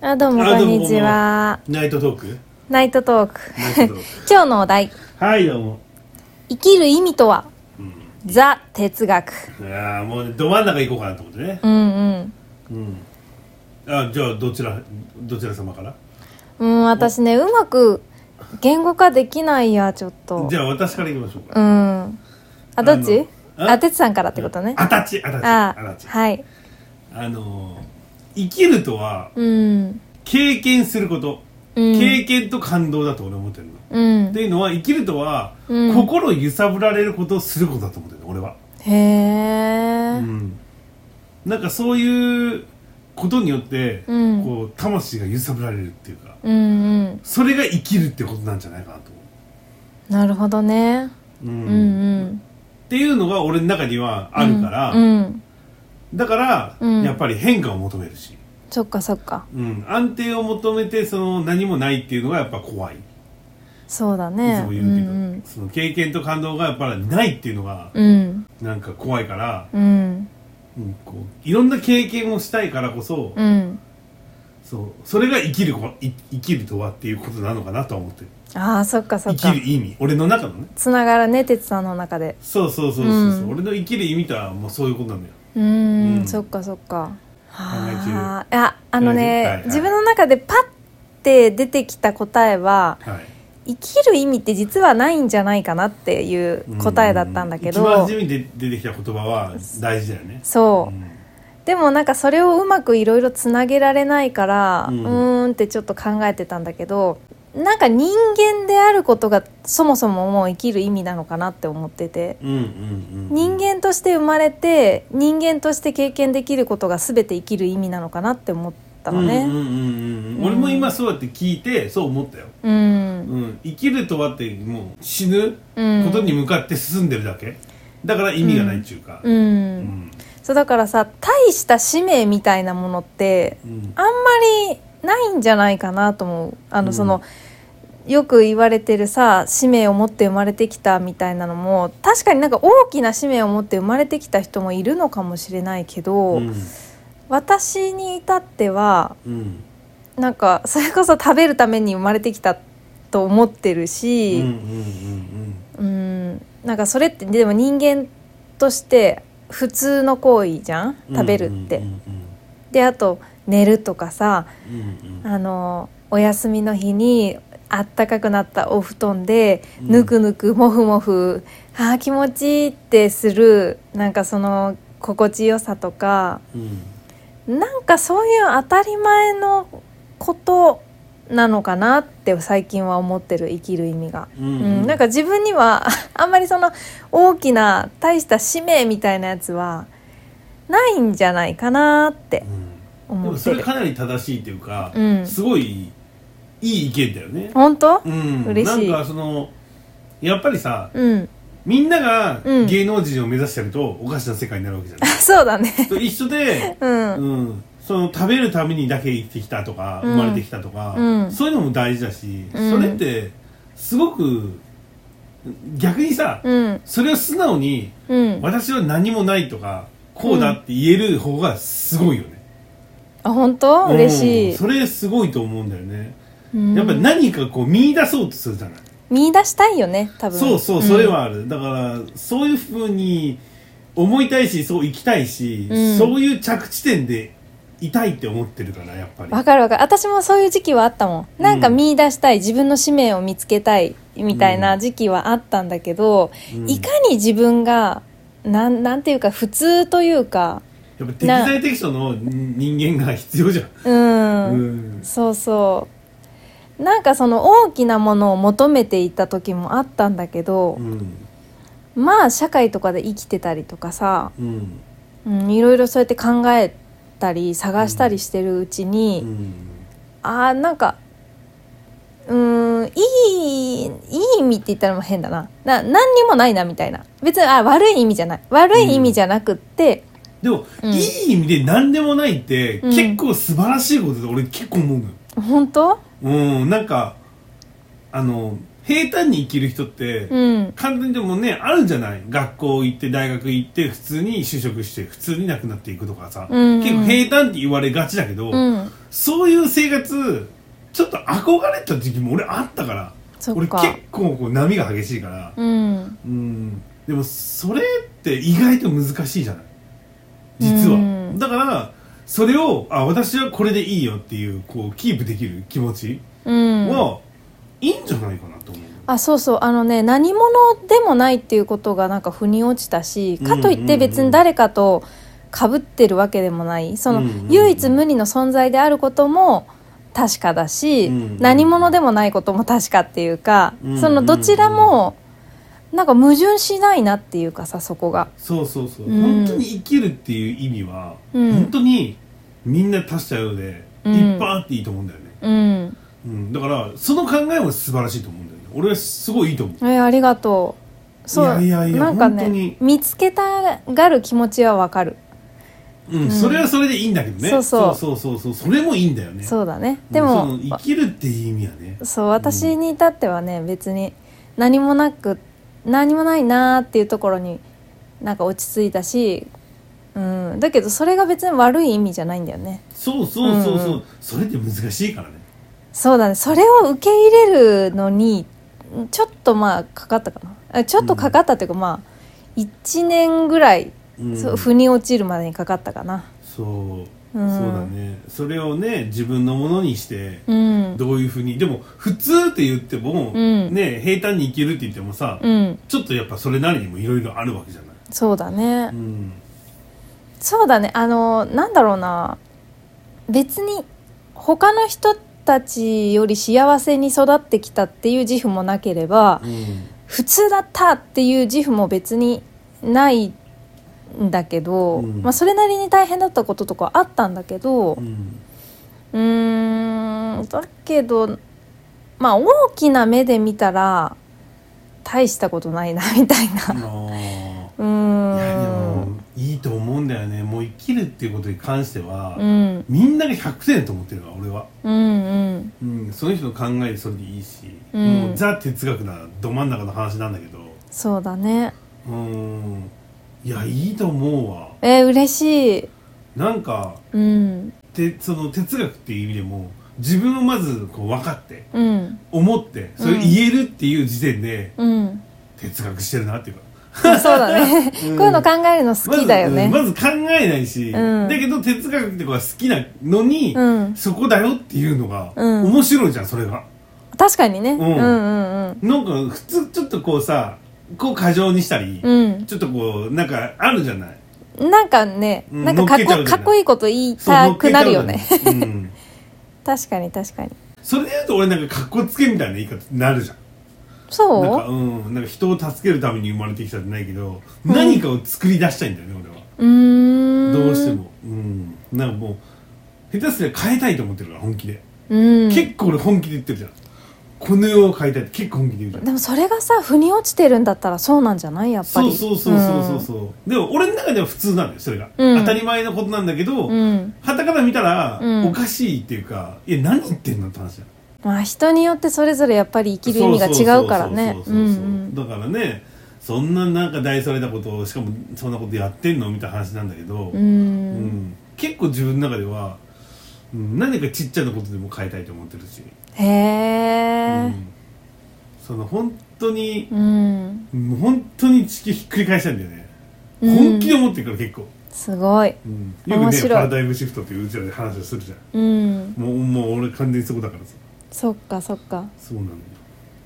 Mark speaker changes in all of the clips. Speaker 1: あどうも
Speaker 2: あ
Speaker 1: こ
Speaker 2: どうんも
Speaker 1: にちは
Speaker 2: ナイトトーク
Speaker 1: ナイトトーク
Speaker 2: ナイトトーク
Speaker 1: 今日のお題
Speaker 2: はいどうも、
Speaker 1: 生きる意味とは
Speaker 2: うん、
Speaker 1: ザ哲学
Speaker 2: ああもうねど真ん中行こうかなと思ってね
Speaker 1: うん
Speaker 2: うんあじゃあどちらどちら様から
Speaker 1: うんうん私ねうまく言語化できないやちょっと
Speaker 2: じゃあ私から行きましょう
Speaker 1: う
Speaker 2: か、
Speaker 1: んあどっち
Speaker 2: あの
Speaker 1: あ哲さんからってことね
Speaker 2: あたちあたち
Speaker 1: あ
Speaker 2: あたち
Speaker 1: はい
Speaker 2: あのー生きるとは
Speaker 1: うん
Speaker 2: 経験するこ
Speaker 1: う
Speaker 2: と、
Speaker 1: ん
Speaker 2: 経験と感動だと俺は思ってるの、
Speaker 1: うん
Speaker 2: っていうのは生きるとは、
Speaker 1: うん
Speaker 2: 心揺さぶられることをすることだと思ってるの俺は
Speaker 1: へ
Speaker 2: う
Speaker 1: え
Speaker 2: んなんかそういうことによって、
Speaker 1: うん
Speaker 2: こう魂が揺さぶられるっていうか
Speaker 1: うんうん
Speaker 2: それが生きるってことなんじゃないかなと思
Speaker 1: なるほどね
Speaker 2: う、うん
Speaker 1: うんうん
Speaker 2: っていうのが俺の中にはあるから、
Speaker 1: うん
Speaker 2: だから、
Speaker 1: うん
Speaker 2: やっぱり変化を求めるし、
Speaker 1: そっかそっか
Speaker 2: うん、安定を求めてその何もないっていうのがやっぱ怖い、
Speaker 1: そうだね
Speaker 2: そう
Speaker 1: う
Speaker 2: い
Speaker 1: ん
Speaker 2: うけど、その経験と感動がやっぱりないっていうのが
Speaker 1: うんうん
Speaker 2: なんか怖いから、
Speaker 1: うん
Speaker 2: うん、こういろんな経験をしたいからこそ、
Speaker 1: うん
Speaker 2: そうそれが生きるこい生きるとはっていうことなのかなとは思ってる
Speaker 1: ああそっかそ
Speaker 2: 生
Speaker 1: っ
Speaker 2: き
Speaker 1: か
Speaker 2: る意味俺の中のね
Speaker 1: つながるね哲さんの中で
Speaker 2: そうそうそうそうそう、
Speaker 1: うん
Speaker 2: 俺の生きる意味とはもうそういうことなんだよ
Speaker 1: うーん
Speaker 2: うん
Speaker 1: そっかそっか
Speaker 2: え中
Speaker 1: はあいやあのね、
Speaker 2: はいはい
Speaker 1: 自分の中でパッて出てきた答えは
Speaker 2: はい
Speaker 1: 生きる意味って実はないんじゃないかなっていう答えだったんだけ
Speaker 2: う一番
Speaker 1: ど、
Speaker 2: 初めに出出てきた言葉は大事だよね
Speaker 1: そう、
Speaker 2: ん
Speaker 1: でもなんかそれをうまくいろいろつなげられないから、う
Speaker 2: うん
Speaker 1: ーんってちょっと考えてたんだけどなんか人間であることがそもそももう生きる意味なのかなって思ってて。
Speaker 2: うんうんうん
Speaker 1: 人間として生まれて人間として経験できることが全て生きる意味なのかなって思ったの
Speaker 2: うんう
Speaker 1: ね
Speaker 2: んうん
Speaker 1: う
Speaker 2: うんん、俺も今そうやって聞いてそう思ったよ、
Speaker 1: うん
Speaker 2: うん、生きるとはってもう死ぬ
Speaker 1: うん
Speaker 2: ことに向かって進んでるだけだから意味がないっていうか
Speaker 1: う
Speaker 2: うんん
Speaker 1: そうだからさ大した使命みたいなものって
Speaker 2: うん
Speaker 1: あんまりないんじゃないかなと思うあ
Speaker 2: う
Speaker 1: の
Speaker 2: ん
Speaker 1: その、よく言われてるさ使命を持って生まれてきたみたいなのも確かになんか大きな使命を持って生まれてきた人もいるのかもしれないけど、
Speaker 2: うん
Speaker 1: 私に至っては
Speaker 2: うん
Speaker 1: なんかそれこそ食べるために生まれてきたと思ってる
Speaker 2: うんうんうん
Speaker 1: し、うん、なんかそれってでも人間として普通の行為じゃん
Speaker 2: うん
Speaker 1: 食べるって。
Speaker 2: うんうん
Speaker 1: であと寝るとかさ
Speaker 2: うんうんうん
Speaker 1: あのお休みの日にあったかくなったお布団で
Speaker 2: うん
Speaker 1: ぬくぬくもふもふ、あー気持ちいいってするなんかその心地よさとか
Speaker 2: うん
Speaker 1: なんかそういう当たり前のことなのかなって最近は思ってる生きる意味が、
Speaker 2: う
Speaker 1: うんん
Speaker 2: うん
Speaker 1: なんか自分には あんまりその大きな大した使命みたいなやつはないんじゃないかなって
Speaker 2: うんで
Speaker 1: 思
Speaker 2: も
Speaker 1: って
Speaker 2: それ
Speaker 1: る
Speaker 2: かなり正しいっていうか、
Speaker 1: うん
Speaker 2: すごいいい意見だよね、
Speaker 1: 本当
Speaker 2: うん、
Speaker 1: 嬉しい
Speaker 2: なんかそのやっぱりさ
Speaker 1: うん
Speaker 2: みんなが
Speaker 1: うん
Speaker 2: 芸能人を目指してるとおかしな世界になるわけじゃな
Speaker 1: あ
Speaker 2: い、
Speaker 1: そうだね
Speaker 2: と一緒で、
Speaker 1: うん
Speaker 2: うん、その食べるためにだけ生きてきたとか、
Speaker 1: うん
Speaker 2: 生まれてきたとか、
Speaker 1: うん
Speaker 2: そういうのも大事だし、
Speaker 1: うん
Speaker 2: それってすごく逆にさ、
Speaker 1: うん
Speaker 2: それを素直に
Speaker 1: うん
Speaker 2: 私は何もないとかこうだって言える方がすごいよね、
Speaker 1: あ本当
Speaker 2: うん
Speaker 1: 嬉しい
Speaker 2: それすごいと思うんだよね、
Speaker 1: うん
Speaker 2: やっぱり何かこう見出そうとするじゃない、
Speaker 1: 見出したいよね多分
Speaker 2: そうそう、
Speaker 1: ん
Speaker 2: それはあるだからそういうふうに思いたいしそう生きたいし、
Speaker 1: うん
Speaker 2: そういう着地点でいたいって思ってるからやっぱり
Speaker 1: わかるわかる私もそういう時期はあったもんなんか見出したい、自分の使命を見つけたいみたいな時期はあったんだけど、
Speaker 2: うん
Speaker 1: いかに自分がなんなんていうか普通というか
Speaker 2: やっぱ適材適所の人間が必要じゃ
Speaker 1: うん、
Speaker 2: ん、うん
Speaker 1: そうそうなんかその大きなものを求めていた時もあったんだけど
Speaker 2: う、ん
Speaker 1: まあ社会とかで生きてたりとかさ、
Speaker 2: うん
Speaker 1: うん、いろいろそうやって考えたり探したりしてるうちに、
Speaker 2: うん
Speaker 1: あーなんかうーんいいいい意味って言ったらもう変だなな何にもないなみたいな別にあ悪い意味じゃない悪い意味じゃなくって、
Speaker 2: でも、
Speaker 1: うん
Speaker 2: いい意味で何でもないって、
Speaker 1: うん
Speaker 2: 結構素晴らしいことだ俺結構思うのよ
Speaker 1: 本当
Speaker 2: うんなんかあの平坦に生きる人って、
Speaker 1: うん
Speaker 2: 簡単にでもねあるじゃない学校行って大学行って普通に就職して普通になくなっていくとかさ、
Speaker 1: うん
Speaker 2: 結構平坦って言われがちだけど、
Speaker 1: うん
Speaker 2: そういう生活ちょっと憧れた時期も俺あったから
Speaker 1: そっ
Speaker 2: 俺
Speaker 1: か
Speaker 2: 結構こう波が激しいから
Speaker 1: うん
Speaker 2: うんでもそれって意外と難しいじゃない実は、
Speaker 1: うん
Speaker 2: だからそれをあ私はこれでいいよっていうこうキープできる気持ち
Speaker 1: うん
Speaker 2: は、いいんじゃないかなと思う
Speaker 1: あそうそうあのね何者でもないっていうことがなんか腑に落ちたしかといっ
Speaker 2: うんうんう
Speaker 1: て
Speaker 2: ん
Speaker 1: 別に誰かと被ってるわけでもないその、
Speaker 2: うんうんうん
Speaker 1: 唯一無二の存在であることも確かだし、
Speaker 2: うんうん
Speaker 1: 何者でもないことも確かっていうか、
Speaker 2: うんうんうん
Speaker 1: そのどちらもなんか矛盾しないなっていうかさそこが。
Speaker 2: そうそうそう、
Speaker 1: うん
Speaker 2: 本当に生きるっていう意味は、
Speaker 1: うん
Speaker 2: 本当にみんな足しちゃうので、
Speaker 1: うん
Speaker 2: いっぱいあっていいと思うんだよね、
Speaker 1: うん、
Speaker 2: うん、だからその考えも素晴らしいと思うんだよね俺はすごいいいと思う
Speaker 1: えありがとうそう
Speaker 2: いやいやいや
Speaker 1: なんか
Speaker 2: 本当に
Speaker 1: ね見つけたがる気持ちはわかる、
Speaker 2: うん、
Speaker 1: ん
Speaker 2: それはそれでいいんだけどね
Speaker 1: そうそう
Speaker 2: そうそうそうそうそれもいいんだよね
Speaker 1: そうだねでも、
Speaker 2: うんその生きるっていう意味はね
Speaker 1: そう私に至ってはね別に何もなく何もないなーっていうところになんか落ち着いたし、うん、だけどそれが別に悪い意味じゃないんだよね
Speaker 2: そうそうそうそう、
Speaker 1: うんう
Speaker 2: それって難しいからね
Speaker 1: そうだねそれを受け入れるのにちょっとまあかかったかなあちょっとかかったっていうか、まあ1年ぐらい、
Speaker 2: うん
Speaker 1: そう腑に落ちるまでにかかったかな
Speaker 2: そう、
Speaker 1: うん
Speaker 2: そうだねそれをね自分のものにして、
Speaker 1: うん
Speaker 2: どういうふうにでも普通って言っても、
Speaker 1: うん
Speaker 2: ね平坦に生きるって言ってもさ、
Speaker 1: うん
Speaker 2: ちょっとやっぱそれなりにもいろいろあるわけじゃない、
Speaker 1: そうだね、
Speaker 2: うん、
Speaker 1: そうだねあのなんだろうな別に他の人たちより幸せに育ってきたっていう自負もなければ
Speaker 2: うん
Speaker 1: 普通だったっていう自負も別にないんだけど、
Speaker 2: うん
Speaker 1: まあ、それなりに大変だったこととかあったんだけど
Speaker 2: う
Speaker 1: うんーんだけどまあ大きな目で見たら大したことないなみたい
Speaker 2: あ
Speaker 1: な。
Speaker 2: の
Speaker 1: う
Speaker 2: ーいやで
Speaker 1: ー
Speaker 2: も
Speaker 1: ん
Speaker 2: いいと思うんだよねもう生きるっていうことに関しては、
Speaker 1: うん
Speaker 2: みんなが100点と思ってるから俺は、
Speaker 1: うんうん
Speaker 2: うん、その人の考えでそれでいいし、
Speaker 1: うん
Speaker 2: もうザ哲学など真ん中の話なんだけど
Speaker 1: そうだね
Speaker 2: うんいやいいと思うわ
Speaker 1: えー、嬉しい
Speaker 2: なんか
Speaker 1: うん
Speaker 2: てその哲学っていう意味でも自分をまずこう分かって
Speaker 1: うん
Speaker 2: 思ってそれを言えるっていう時点で
Speaker 1: うん
Speaker 2: 哲学してるなっていうか、
Speaker 1: そうだ ね、こういうの考えるの好きだよね、
Speaker 2: まず,、うんまず考えないし、
Speaker 1: うん
Speaker 2: だけど哲学ってことが好きなのに、
Speaker 1: うん
Speaker 2: そこだよっていうのが
Speaker 1: うん
Speaker 2: 面白いじゃんそれが。
Speaker 1: 確かにね、うんん、うんうん
Speaker 2: なんか普通ちょっとこうさこう過剰にしたり、
Speaker 1: うん
Speaker 2: ちょっとこうなんかあるじゃない
Speaker 1: なんかね、
Speaker 2: うん
Speaker 1: なんかかっ
Speaker 2: 乗っけちゃう
Speaker 1: こ
Speaker 2: よね
Speaker 1: かっこいいこと言い
Speaker 2: そう
Speaker 1: たくなるよね
Speaker 2: 乗っけちゃうじゃないうん、
Speaker 1: 確かに確かに
Speaker 2: それで言うと俺なんかかっこつけみたいな言い方になるじゃんなんか
Speaker 1: そう
Speaker 2: うんなんか人を助けるために生まれてきたじゃないけど、何かを作り出したいんだよね俺は
Speaker 1: うーん
Speaker 2: どうしてもうんなんかもう下手すりゃ変えたいと思ってるから本気で、
Speaker 1: うん
Speaker 2: 結構俺本気で言ってるじゃんこの世を変えたいって結構本気で言うじゃん
Speaker 1: でもそれがさ腑に落ちてるんだったらそうなんじゃないやっぱ
Speaker 2: そう
Speaker 1: り
Speaker 2: そうそうそうそうそう、でも俺の中では普通なのよそれが、
Speaker 1: うん
Speaker 2: 当たり前のことなんだけど、
Speaker 1: うん、うん
Speaker 2: はたから見たら、
Speaker 1: うん
Speaker 2: おかしいっていうかいや何言ってんのって話だよ
Speaker 1: まあ人によってそれぞれやっぱり生きる意味が違うからね
Speaker 2: そう
Speaker 1: う
Speaker 2: そうそうそうだからねそんななんか大それたことをしかもそんなことやってんのみたいな話なんだけど、
Speaker 1: んうん、
Speaker 2: う
Speaker 1: うん
Speaker 2: ん結構自分の中では、うん、何かちっちゃなことでも変えたいと思ってるし、
Speaker 1: へえ、
Speaker 2: うんその本当に、
Speaker 1: うん、
Speaker 2: もう本当に地球ひっくり返したいんだよね、
Speaker 1: うん
Speaker 2: 本気で思ってるから結構、
Speaker 1: すごい。
Speaker 2: うんよく
Speaker 1: 面
Speaker 2: ねパ
Speaker 1: 白い
Speaker 2: ラダイムシフトっていううちらで話をするじゃ
Speaker 1: うん、
Speaker 2: んもうもう俺完全にそこだからさ
Speaker 1: そっかそっか。
Speaker 2: そうなんだよ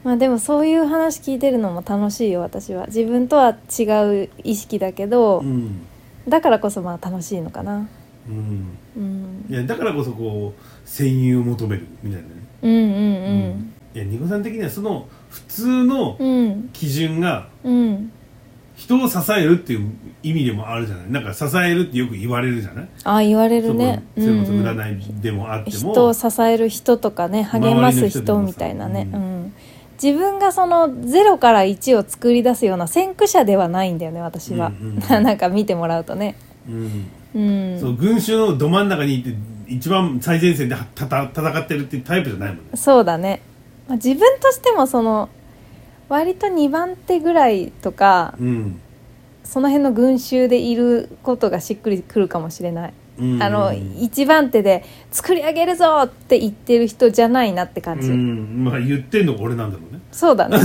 Speaker 1: まあでもそういう話聞いてるのも楽しいよ私は。自分とは違う意識だけど、
Speaker 2: うん
Speaker 1: だからこそまあ楽しいのかな。
Speaker 2: うん
Speaker 1: うん、
Speaker 2: いやだからこそこう戦友を求めるみたいなね、
Speaker 1: うんうん
Speaker 2: いやニコさん的にはその普通の
Speaker 1: うんうん
Speaker 2: 基準が
Speaker 1: うん。
Speaker 2: 人を支えるっていう意味でもあるじゃないなんか支えるってよく言われるじゃない
Speaker 1: ああ言われるね。
Speaker 2: そこそれこそ
Speaker 1: うんうん
Speaker 2: 占いでもあっても、
Speaker 1: 人を支える人とかね励ます人みたいなね、
Speaker 2: 周りの
Speaker 1: う
Speaker 2: 人でも
Speaker 1: ん自分がその0から1を作り出すような先駆者ではないんだよね私は、
Speaker 2: うんうんうん
Speaker 1: なんか見てもらうとね、
Speaker 2: うん
Speaker 1: うん、
Speaker 2: そう群衆のど真ん中にいて一番最前線でたた戦ってるっていうタイプじゃないもんね
Speaker 1: そうだね、まあ、自分としてもその割と2番手ぐらいとか
Speaker 2: うん
Speaker 1: その辺の群衆でいることがしっくりくるかもしれない、
Speaker 2: ううん
Speaker 1: あの一番手で作り上げるぞって言ってる人じゃないなって感
Speaker 2: う
Speaker 1: じ、
Speaker 2: んまあ言ってんのが俺なんだろ うね
Speaker 1: そう だね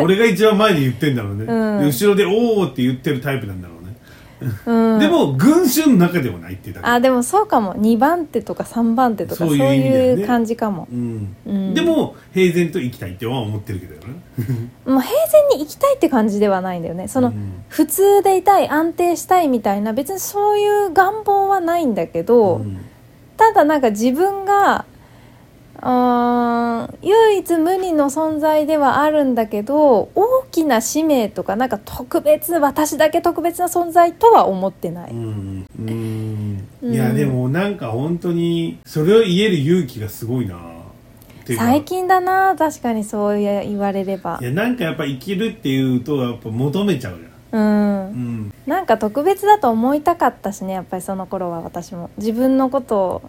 Speaker 2: 俺が一番前に言ってんだろうね、
Speaker 1: うん
Speaker 2: 後ろで「おーって言ってるタイプなんだろうね、
Speaker 1: うん
Speaker 2: でも群衆の中ではないっていうだけ
Speaker 1: あでもそうかも2番手とか3番手とかそ
Speaker 2: そ
Speaker 1: うう
Speaker 2: いう意味だよね
Speaker 1: いう感じかも
Speaker 2: うん
Speaker 1: うん
Speaker 2: でも平然と生きたいっては思ってるけどよね
Speaker 1: もう平然に生きたいって感じではないんだよねその、
Speaker 2: うん
Speaker 1: 普通でいたい安定したいみたいな別にそういう願望はないんだけど、
Speaker 2: うん
Speaker 1: ただなんか自分がうーん唯一無二の存在ではあるんだけど大きな使命とかなんか特別私だけ特別な存在とは思ってない、
Speaker 2: うんうん
Speaker 1: うん
Speaker 2: いやでもなんか本当にそれを言える勇気がすごいなっていうか
Speaker 1: 最近だな確かにそう言われれば
Speaker 2: いやなんかやっぱ生きるっていうとやっぱ求めちゃうじゃ
Speaker 1: うん
Speaker 2: ん、うん、
Speaker 1: なんか特別だと思いたかったしねやっぱりその頃は私も自分のことを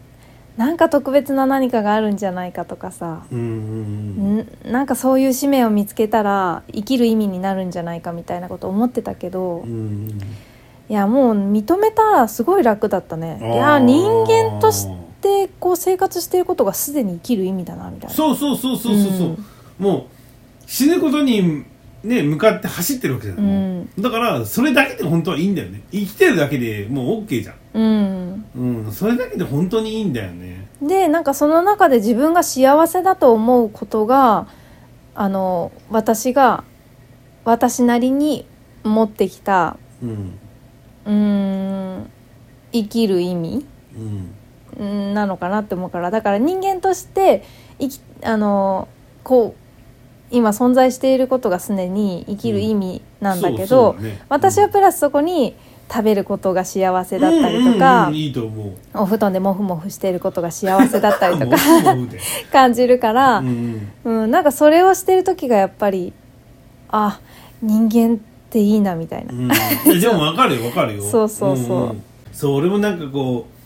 Speaker 1: なんか特別な何かがあるんじゃないかとかさ、
Speaker 2: うんうんうん
Speaker 1: んなんかそういう使命を見つけたら生きる意味になるんじゃないかみたいなこと思ってたけど、
Speaker 2: うんうん
Speaker 1: いやもう認めたらすごい楽だったね
Speaker 2: あ
Speaker 1: い
Speaker 2: ー
Speaker 1: や人間としてこう生活していることがすでに生きる意味だなみたいな
Speaker 2: そうそうそうそうそうそう、
Speaker 1: うん
Speaker 2: もう死ぬことにね向かって走ってるわけじゃない、
Speaker 1: うん
Speaker 2: だからそれだけで本当はいいんだよね生きてるだけでもう OK じゃん
Speaker 1: うん
Speaker 2: うん、それだけで本当にいいんだよね。
Speaker 1: でなんかその中で自分が幸せだと思うことがあの私が私なりに持ってきた
Speaker 2: うん、
Speaker 1: うーん生きる意味
Speaker 2: うん、
Speaker 1: うんなのかなって思うからだから人間として生きあのこう今存在していることが常に生きる意味なんだけど、
Speaker 2: そうそうだね
Speaker 1: 私はプラスそこに食べることが幸せだったりと
Speaker 2: うんうん
Speaker 1: か
Speaker 2: うん、いいと思う。
Speaker 1: お布団でモフモフしていることが幸せだったりとか
Speaker 2: 思 うで
Speaker 1: 感じるから
Speaker 2: う、ん、
Speaker 1: うん、なんかそれをしてる時がやっぱりあ人間っていいなみたいな、
Speaker 2: うん、いやでも分かるよ分かるよ。
Speaker 1: そうそうそうん
Speaker 2: んそう俺もなんかこう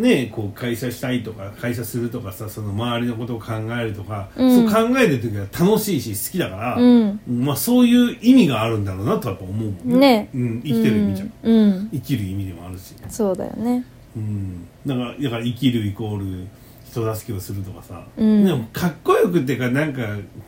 Speaker 2: ねこう会社したいとか会社するとかさその周りのことを考えるとか、
Speaker 1: うん
Speaker 2: そう考えてる時は楽しいし好きだから、
Speaker 1: うん、
Speaker 2: まあそういう意味があるんだろうなとやっぱ思うもん
Speaker 1: ね
Speaker 2: うん、生きてる意味じゃん、
Speaker 1: うん、うん
Speaker 2: 生きる意味でもあるし、
Speaker 1: そうだよね
Speaker 2: うん、だからだから生きるイコール人助けをするとかさ、
Speaker 1: うん
Speaker 2: でもかっこよくっていうかなんか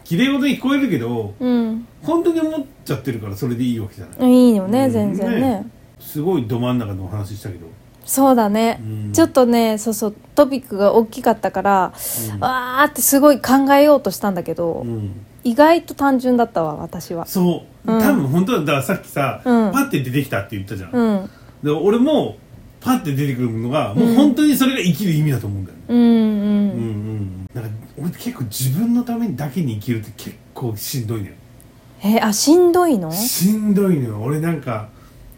Speaker 2: 綺麗事に聞こえるけど
Speaker 1: うん
Speaker 2: 本当に思っちゃってるからそれでいいわけじゃない
Speaker 1: いいよね
Speaker 2: うん
Speaker 1: 全然
Speaker 2: ね
Speaker 1: ね
Speaker 2: すごいど真ん中のお話ししたけど、
Speaker 1: そうだね、
Speaker 2: うん
Speaker 1: ちょっとねそうそうトピックが大きかったから、
Speaker 2: うん
Speaker 1: わーってすごい考えようとしたんだけど、
Speaker 2: うん、
Speaker 1: 意外と単純だったわ私は
Speaker 2: そう、
Speaker 1: うん
Speaker 2: 多分本当はだからさっきさ、
Speaker 1: うん
Speaker 2: パッて出てきたって言ったじゃん、
Speaker 1: うん
Speaker 2: で俺もパッて出てくるものがもう本当にそれが生きる意味だと思うんだよね、
Speaker 1: うんうん、
Speaker 2: うんうんなんか俺結構自分のためにだけに生きるって結構しんどいのよ
Speaker 1: えあしんどいの
Speaker 2: しんどいのよ俺なんか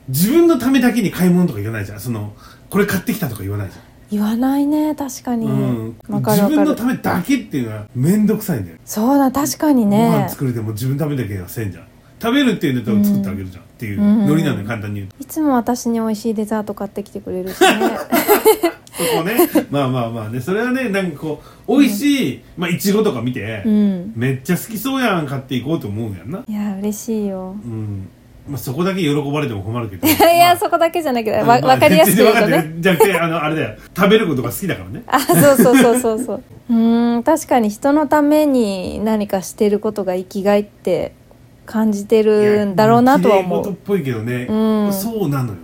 Speaker 2: 自分のためだけに買い物とか言わないじゃんそのこれ買ってきたとか言わないじ
Speaker 1: 言わないね確か
Speaker 2: ゃん、
Speaker 1: に、
Speaker 2: う
Speaker 1: わ
Speaker 2: ん、
Speaker 1: かる
Speaker 2: 自
Speaker 1: わか
Speaker 2: 分の
Speaker 1: る
Speaker 2: ためだけっていうのは面倒くさいんだよ、
Speaker 1: そうだ確かに
Speaker 2: ご
Speaker 1: ね
Speaker 2: 飯作るでも自分のためだけはせんじゃん食べるっていうのと作ってあげるじゃんっていう
Speaker 1: うん
Speaker 2: ノリなのよ簡単に言うと
Speaker 1: いつも私に美味しいデザート買ってきてくれるしね
Speaker 2: そこね まあまあまあねそれはねなんかこう美味しい、まあいちごとか見て、
Speaker 1: うん
Speaker 2: めっちゃ好きそうやん買っていこうと思うやんない
Speaker 1: や嬉しいよ
Speaker 2: うんまあ、そこだけ喜ばれても困るけ ど
Speaker 1: いや、そこだけじゃなくてわ分かりやすく言うとね
Speaker 2: じゃなくてあのあれだよ食べることが好きだからね
Speaker 1: あそうそうそうそうそううーん確かに人のために何かしてることが生きがいって感じてるんだろうなとは思
Speaker 2: きれいう事っぽいけどね、
Speaker 1: うん
Speaker 2: そうなのよ、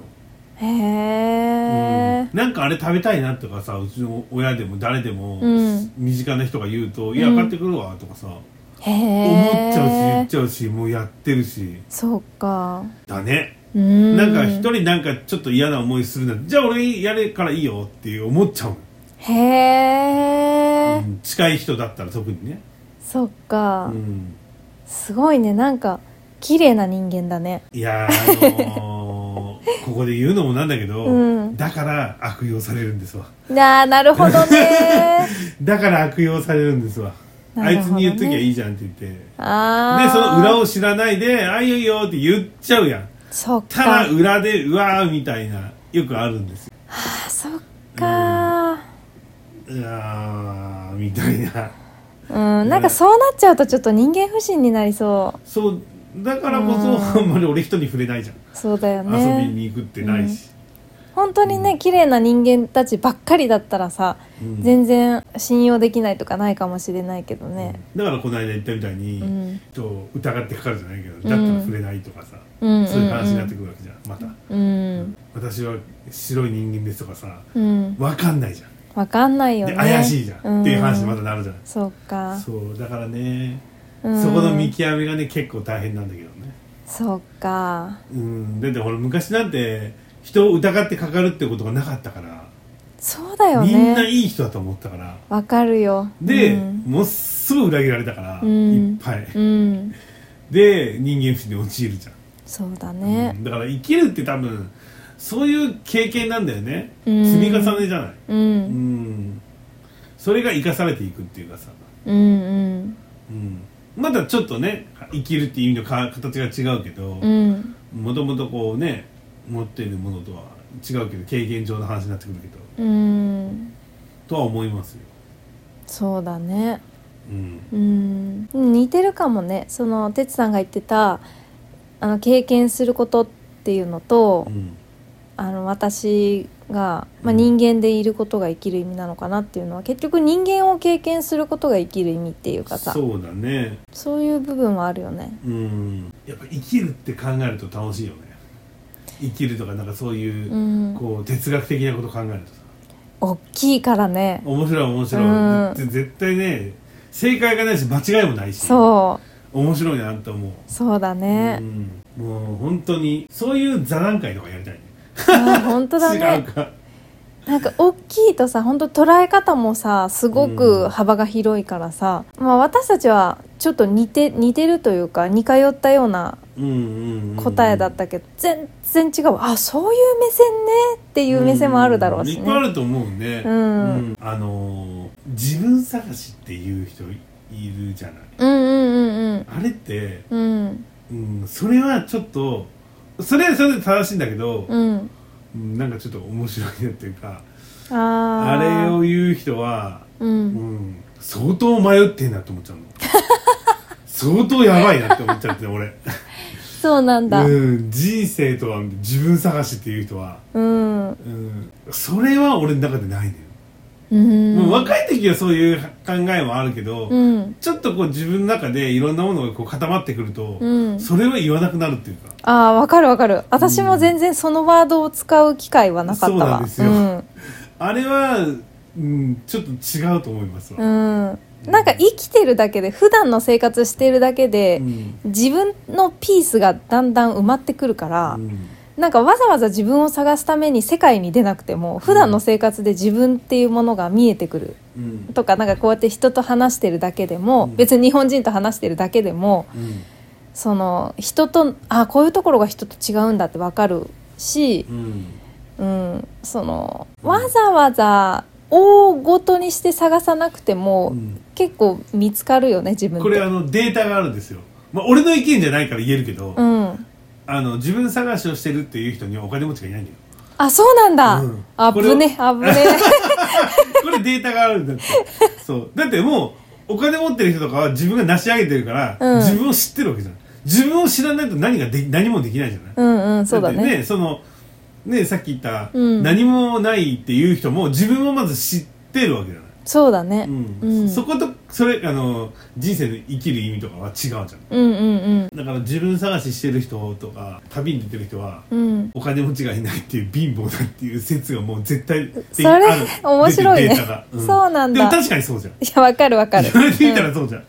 Speaker 1: へえ、
Speaker 2: うんなんかあれ食べたいなとかさうちの親でも誰でも、
Speaker 1: うん
Speaker 2: 身近な人が言うと「いや
Speaker 1: うん
Speaker 2: 買ってくるわ」とかさ、思
Speaker 1: へえ
Speaker 2: っちゃうし言っちゃうしもうやってるし
Speaker 1: そうか
Speaker 2: だね、
Speaker 1: うーん
Speaker 2: なんか一人なんかちょっと嫌な思いするなじゃあ俺やれからいいよっていう思っちゃうの、
Speaker 1: へえ、
Speaker 2: うん近い人だったら特にね、
Speaker 1: そう
Speaker 2: う
Speaker 1: か、
Speaker 2: ん、
Speaker 1: すごいねなんか綺麗な人間だ ね
Speaker 2: いやー、あ のーここで言うのもなんだけど、
Speaker 1: うん
Speaker 2: だから悪用されるんですわ
Speaker 1: なあなるほど ね
Speaker 2: だから悪用されるんですわ、
Speaker 1: な
Speaker 2: あ
Speaker 1: る
Speaker 2: い
Speaker 1: ほ
Speaker 2: つ
Speaker 1: どね
Speaker 2: に言っときゃいいじゃんって言ってで
Speaker 1: ああ
Speaker 2: その裏
Speaker 1: を
Speaker 2: を知らないで「あいいよいいよ」って言っちゃうやん
Speaker 1: そう
Speaker 2: ただ
Speaker 1: か
Speaker 2: 裏で「うわー」みたいなよくあるんですよ
Speaker 1: あそっか
Speaker 2: うわーみたいな
Speaker 1: うん、なんかそうなっちゃうとちょっと人間不信になりそ
Speaker 2: そうだからこそ、
Speaker 1: うん
Speaker 2: あんまり俺人に触れないじゃん
Speaker 1: うそうだよ
Speaker 2: 遊び
Speaker 1: ね
Speaker 2: に行くってないし、
Speaker 1: 本当にね綺麗な人間たちばっかりだったらさ、
Speaker 2: うん
Speaker 1: 全然信用できないとかないかもしれないけどね
Speaker 2: だからこの間言ったみたいに、
Speaker 1: うん
Speaker 2: と疑ってかかるじゃないけどだったら触れないとかさ、
Speaker 1: うん
Speaker 2: そういう話になってくるわけじゃんまた、
Speaker 1: うん
Speaker 2: 私は白い人間ですとかさ
Speaker 1: うん
Speaker 2: 分かんないじゃん、
Speaker 1: わかんないよ
Speaker 2: で
Speaker 1: ね
Speaker 2: 怪しいじゃん、っていう話にまた
Speaker 1: ん
Speaker 2: なるじゃない、
Speaker 1: そうか
Speaker 2: そうだからね、
Speaker 1: うん
Speaker 2: そこの見極めがね結構大変なんだけどね
Speaker 1: そうか
Speaker 2: うんだって俺昔なんて人を疑ってかかるってことがなかったから、
Speaker 1: そうだよ
Speaker 2: みんな
Speaker 1: ね
Speaker 2: いい人だと思ったから
Speaker 1: わかるよ
Speaker 2: で、
Speaker 1: うん
Speaker 2: ものすごい裏切られたから、
Speaker 1: うん
Speaker 2: いっぱい
Speaker 1: うん
Speaker 2: で人間不信に陥るじゃん
Speaker 1: そうだね
Speaker 2: うんだから生きるって多分そういう経験なんだよね、
Speaker 1: うん
Speaker 2: 積み重ねじゃない、
Speaker 1: う
Speaker 2: うんん、それが生かされていくっていうかさ、
Speaker 1: うんうん
Speaker 2: うん、まだちょっとね生きるっていう意味のか形が違うけど
Speaker 1: うん
Speaker 2: もともとこうね持っているものとは違うけど経験上の話になってくるけ
Speaker 1: う
Speaker 2: ど
Speaker 1: ん
Speaker 2: とは思いますよ、
Speaker 1: そうだね
Speaker 2: うん、
Speaker 1: うん似てるかもねその哲さんが言ってたあの経験することっていうのと、
Speaker 2: うん
Speaker 1: あの私が、まあ、
Speaker 2: うん
Speaker 1: 人間でいることが生きる意味なのかなっていうのは結局人間を経験することが生きる意味っていうかさそう
Speaker 2: そうだね
Speaker 1: いう部分はあるよね
Speaker 2: うんやっぱ生きるって考えると楽しいよね生きるとかなんかそういうう、
Speaker 1: ん
Speaker 2: こう哲学的なこと考えるとさ
Speaker 1: 大きいからね
Speaker 2: 面白い面白い、
Speaker 1: うん
Speaker 2: ぜ絶対ね正解がないし間違いもないし
Speaker 1: そ
Speaker 2: 面白いなと思う、
Speaker 1: うそうだね、
Speaker 2: うん、もう本当にそういう座談会とかやりたいね
Speaker 1: あー本当だ
Speaker 2: 違う
Speaker 1: ね
Speaker 2: か
Speaker 1: なんか大きいとさ本当捉え方もさすご
Speaker 2: う
Speaker 1: く
Speaker 2: ん
Speaker 1: 幅が広いからさ、まあ私たちはちょっと似て似てるというか似通ったような
Speaker 2: うんうんうん
Speaker 1: 答えだったけど、全然違うあそういう目線ねっていう目線もあるだろうし
Speaker 2: んいっぱいあ
Speaker 1: ね
Speaker 2: ると思うね、
Speaker 1: うん
Speaker 2: うんあのー自分探しっていう人いるじゃない
Speaker 1: うんうん
Speaker 2: あれって、
Speaker 1: うんうん
Speaker 2: うん、それはちょっとそれはそれで正しいんだけど、
Speaker 1: うん
Speaker 2: うんなんかちょっと面白いなっていうか
Speaker 1: うんあ
Speaker 2: あ
Speaker 1: ー
Speaker 2: れを言う人は
Speaker 1: う
Speaker 2: うんん、相当迷ってんなって思っ ちゃうの相当やばいなって思っちゃって俺
Speaker 1: そうなんだ
Speaker 2: うん人生とは自分探しっていう人は、
Speaker 1: うんう
Speaker 2: うん、それは俺の中でないのよ、
Speaker 1: ん
Speaker 2: もう若い時はそういう考えもあるけど、
Speaker 1: うん
Speaker 2: ちょっとこう自分の中でいろんなものがこう固まってくると、
Speaker 1: うん
Speaker 2: それは言わなくなるっていうか
Speaker 1: ああわかるわかる私も全然そのワードを使う機会はなかったわ
Speaker 2: そうなんですよ
Speaker 1: うん
Speaker 2: あれは、うん、ちょっと違うと思いますわ、
Speaker 1: うん、なんか生きてるだけで普段の生活してるだけで、
Speaker 2: うん
Speaker 1: 自分のピースがだんだん埋まってくるから、
Speaker 2: うん
Speaker 1: なんかわざわざ自分を探すために世界に出なくても普段の生活で自分っていうものが見えてくる
Speaker 2: うん
Speaker 1: とかなんかこうやって人と話してるだけでも、
Speaker 2: うん
Speaker 1: 別に日本人と話してるだけでも
Speaker 2: うん
Speaker 1: その人とあこういうところが人と違うんだってわかるし
Speaker 2: う、ん
Speaker 1: うん、そのわざわざ大ごとにして探さなくても、
Speaker 2: うん
Speaker 1: 結構見つかるよね自分って
Speaker 2: これあのデータがあるんですよ、まあ、俺の意見じゃないから言えるけど、
Speaker 1: うん
Speaker 2: あの自分探しをしてるっていう人にはお金持ちがいないんだよ
Speaker 1: あそうなんだ、
Speaker 2: うん
Speaker 1: あ
Speaker 2: こ
Speaker 1: ぶ
Speaker 2: れを
Speaker 1: ねあぶね
Speaker 2: これデータがあるんだってそうだってもうお金持ってる人とかは自分が成し上げてるから、
Speaker 1: うん
Speaker 2: 自分を知ってるわけじゃん自分を知らないと何ができ何もできないじゃない、
Speaker 1: うんうんそうだ
Speaker 2: って
Speaker 1: ね
Speaker 2: ねそのねさっき言った、
Speaker 1: うん
Speaker 2: 何もないっていう人も自分をまず知ってるわけじゃない、
Speaker 1: そうだね
Speaker 2: うん
Speaker 1: うん
Speaker 2: そことそれあの人生の生きる意味とかは違うじゃん
Speaker 1: うんうん
Speaker 2: だから自分探ししてる人とか旅に出てる人は
Speaker 1: うんうん
Speaker 2: お金持ちがいないっていう貧乏だっていう説がもう絶対的に
Speaker 1: それ
Speaker 2: ある
Speaker 1: 面白いね
Speaker 2: 出てるデータが
Speaker 1: そうなんだ
Speaker 2: でも確かにそうじゃん
Speaker 1: いやわかるわかる
Speaker 2: 言われてみたらそうじゃ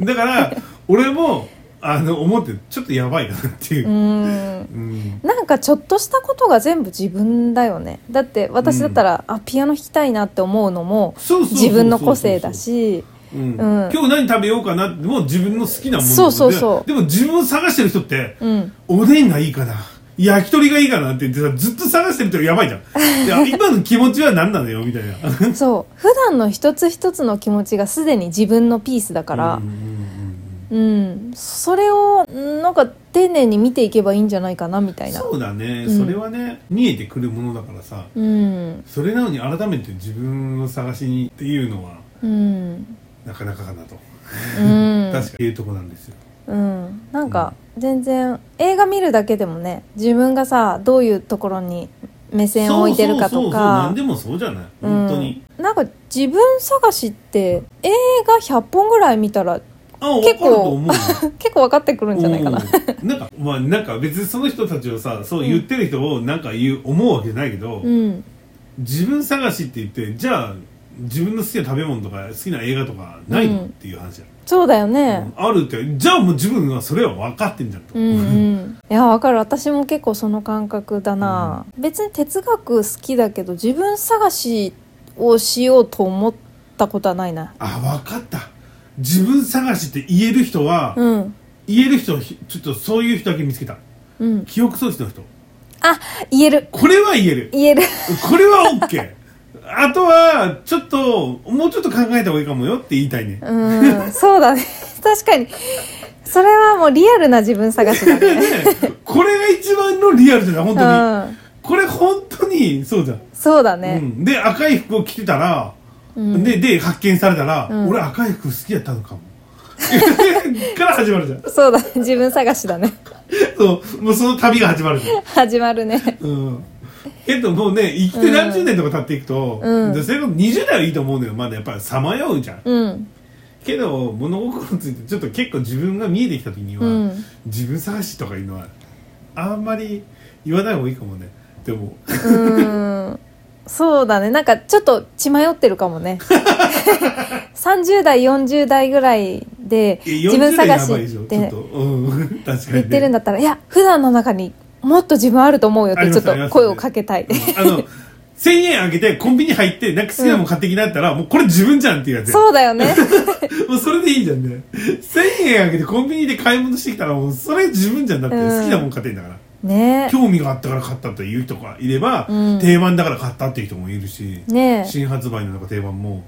Speaker 2: ん、だから俺もあの思ってちょっとやばいなっていうう、
Speaker 1: ん
Speaker 2: うん
Speaker 1: なんかちょっとしたことが全部自分だよねだって私だったら、あピアノ弾きたいなって思うのも
Speaker 2: そうそうそうそう
Speaker 1: 自分の個性だ、し
Speaker 2: うん
Speaker 1: うん
Speaker 2: 今日何食べようかなってもう自分の好きなもの
Speaker 1: そうそうそう
Speaker 2: ででも自分を探してる人って、
Speaker 1: うん
Speaker 2: おでんがいいかな焼き鳥がいいかなって言ってさずっと探してるとやばいじゃんい や今の気持ちは何なのよみたいな
Speaker 1: そう普段の一つ一つの気持ちがすでに自分のピースだから、
Speaker 2: うんうんうん
Speaker 1: うん、それをなんか丁寧に見ていけばいいんじゃないかなみた
Speaker 2: うん
Speaker 1: いな
Speaker 2: そうだね、
Speaker 1: うん
Speaker 2: それはね見えてくるものだからさ
Speaker 1: うん
Speaker 2: それなのに改めて自分を探しにっていうのは
Speaker 1: うん
Speaker 2: なかなかかなと、
Speaker 1: うん
Speaker 2: 確かにいうとこなんですよ
Speaker 1: うんなんか全然映画見るだけでもね自分がさどういうところに目線を置いてるかとか
Speaker 2: そうそうそうそう何でもそうじゃない
Speaker 1: うん
Speaker 2: 本当に、
Speaker 1: なんか自分探しって映画100本ぐらい見たら
Speaker 2: あ分
Speaker 1: 結
Speaker 2: かると
Speaker 1: 構
Speaker 2: 思う
Speaker 1: 結構分かってくるんじゃないかな。
Speaker 2: うんなんかまあなんか別にその人たちをさそう言ってる人をなんか言う、思うわけじゃないけど、
Speaker 1: うん、
Speaker 2: 自分探しって言ってじゃあ自分の好きな食べ物とか好きな映画とかないの、
Speaker 1: うん
Speaker 2: っていう話だよ、
Speaker 1: そうだよ
Speaker 2: う
Speaker 1: ね
Speaker 2: ん。あるってじゃあもう自分はそれは分かってんじゃんと、
Speaker 1: うんうん、いやわかる私も結構その感覚だな、別に哲学好きだけど自分探しをしようと思ったことはないな
Speaker 2: あ分かった自分探しって言える人は、
Speaker 1: うん
Speaker 2: 言える人ひちょっとそういう人だけ見つけた
Speaker 1: うん
Speaker 2: 記憶喪失の人
Speaker 1: あ言える
Speaker 2: これは言える
Speaker 1: 言える
Speaker 2: これは OK あとはちょっともうちょっと考えた方がいいかもよって言いたいね
Speaker 1: うんそうだね確かにそれはもうリアルな自分探しだね
Speaker 2: これが一番のリアルじゃない本当に、
Speaker 1: うん
Speaker 2: これ本当にそうじゃん、
Speaker 1: そうだ
Speaker 2: う
Speaker 1: ね、
Speaker 2: ん、で赤い服を着てたら、
Speaker 1: うん
Speaker 2: でで発見されたら、
Speaker 1: うん
Speaker 2: 俺赤い服好きやったのかも から始まるじゃん
Speaker 1: そうだね自分探しだね
Speaker 2: そうもうその旅が始まるじゃん
Speaker 1: 始まるね
Speaker 2: うんけどもうね生きて何十年とか経っていくと、
Speaker 1: うん
Speaker 2: でそれこそ20代はいいと思うのよまだやっぱりさまようじゃん
Speaker 1: うん
Speaker 2: けど物心ついてちょっと結構自分が見えてきた時には、
Speaker 1: うん
Speaker 2: 自分探しとかいうのはあんまり言わない方がいいかもねでも
Speaker 1: うんそうだねなんかちょっと血迷ってるかもね 30代40代ぐらいで 自分
Speaker 2: 40代
Speaker 1: 探
Speaker 2: や
Speaker 1: し
Speaker 2: ばいでしょ
Speaker 1: っ
Speaker 2: ちょってと、うん、 確かに、ね、
Speaker 1: 言ってるんだったらいや普段の中にもっと自分あると思うよっ
Speaker 2: あり
Speaker 1: てちょ
Speaker 2: ま
Speaker 1: っ
Speaker 2: すありま
Speaker 1: と
Speaker 2: す
Speaker 1: 声をかけたい
Speaker 2: あの1000円あげてコンビニ入ってなんか好きなもん買ってきなったら、もうこれ自分じゃんっていうやつ や
Speaker 1: そうだよ ね
Speaker 2: もうそれでいいじゃんね1000円あげてコンビニで買い物してきたらもうそれ自分じゃんだって、
Speaker 1: うん
Speaker 2: 好きなもん買ってんだから
Speaker 1: ね
Speaker 2: 興味があったから買ったという人がいれば、
Speaker 1: うん
Speaker 2: 定番だから買ったっていう人もいるし、
Speaker 1: ね
Speaker 2: 新発売のなんか定番も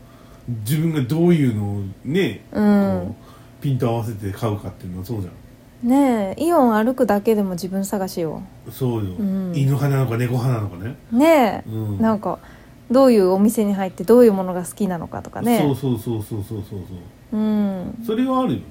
Speaker 2: 自分がどういうのをね、
Speaker 1: うん
Speaker 2: こうピント合わせて買うかっていうのはそうじゃん
Speaker 1: ねえイオン歩くだけでも自分探しよ
Speaker 2: そうよ、
Speaker 1: うん
Speaker 2: 犬派なのか猫派なのかね、
Speaker 1: ねえ、
Speaker 2: うん
Speaker 1: なんかどういうお店に入ってどういうものが好きなのかとかね
Speaker 2: そうそうそうそうそうそうそ
Speaker 1: う
Speaker 2: う
Speaker 1: ん
Speaker 2: それはあるよね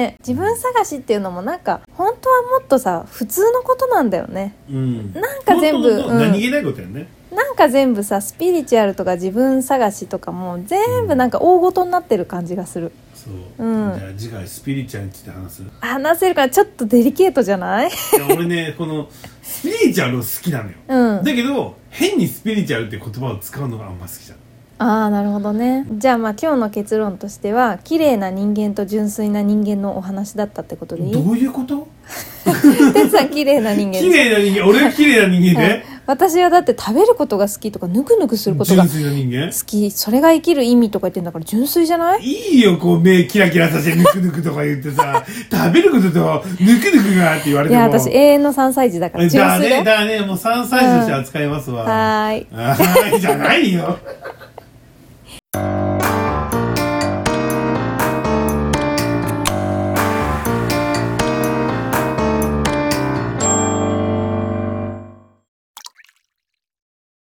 Speaker 1: ね自分探しっていうのもなんか本当はもっとさ普通のことなんだよね
Speaker 2: うん
Speaker 1: なんか全部
Speaker 2: 本当の
Speaker 1: うん
Speaker 2: 何気ないことやね、
Speaker 1: なんか全部さスピリチュアルとか自分探しとかも全部なんか大ごとになってる感じがする
Speaker 2: そう、
Speaker 1: うん
Speaker 2: じゃあ次回スピリチュアルについて話すい
Speaker 1: 話せるからちょっとデリケートじゃない
Speaker 2: や俺ねこのスピリチュアルを好きなのよ、
Speaker 1: うん
Speaker 2: だけど変にスピリチュアルって言葉を使うのがあんま好きじゃん
Speaker 1: ああなるほどねじゃあまあ今日の結論としては綺麗な人間と純粋な人間のお話だったってことでいい
Speaker 2: どういうこと
Speaker 1: てつさん綺麗な人間
Speaker 2: 綺麗な人間俺が綺麗な人間ね
Speaker 1: 私はだって食べることが好きとかぬくぬくすることが
Speaker 2: 純
Speaker 1: 好
Speaker 2: 粋な人間
Speaker 1: きそれが生きる意味とか言ってんだから純粋じゃない
Speaker 2: いいよこう目キラキラさせてぬくぬくとか言っ てさ食べることとぬくぬくがって言われ
Speaker 1: い
Speaker 2: ても
Speaker 1: や私永遠の3歳児だから純
Speaker 2: だ
Speaker 1: 粋だ
Speaker 2: ね
Speaker 1: よ
Speaker 2: だねもう3歳児として扱いますわ、
Speaker 1: はーい
Speaker 2: はーいじゃないよ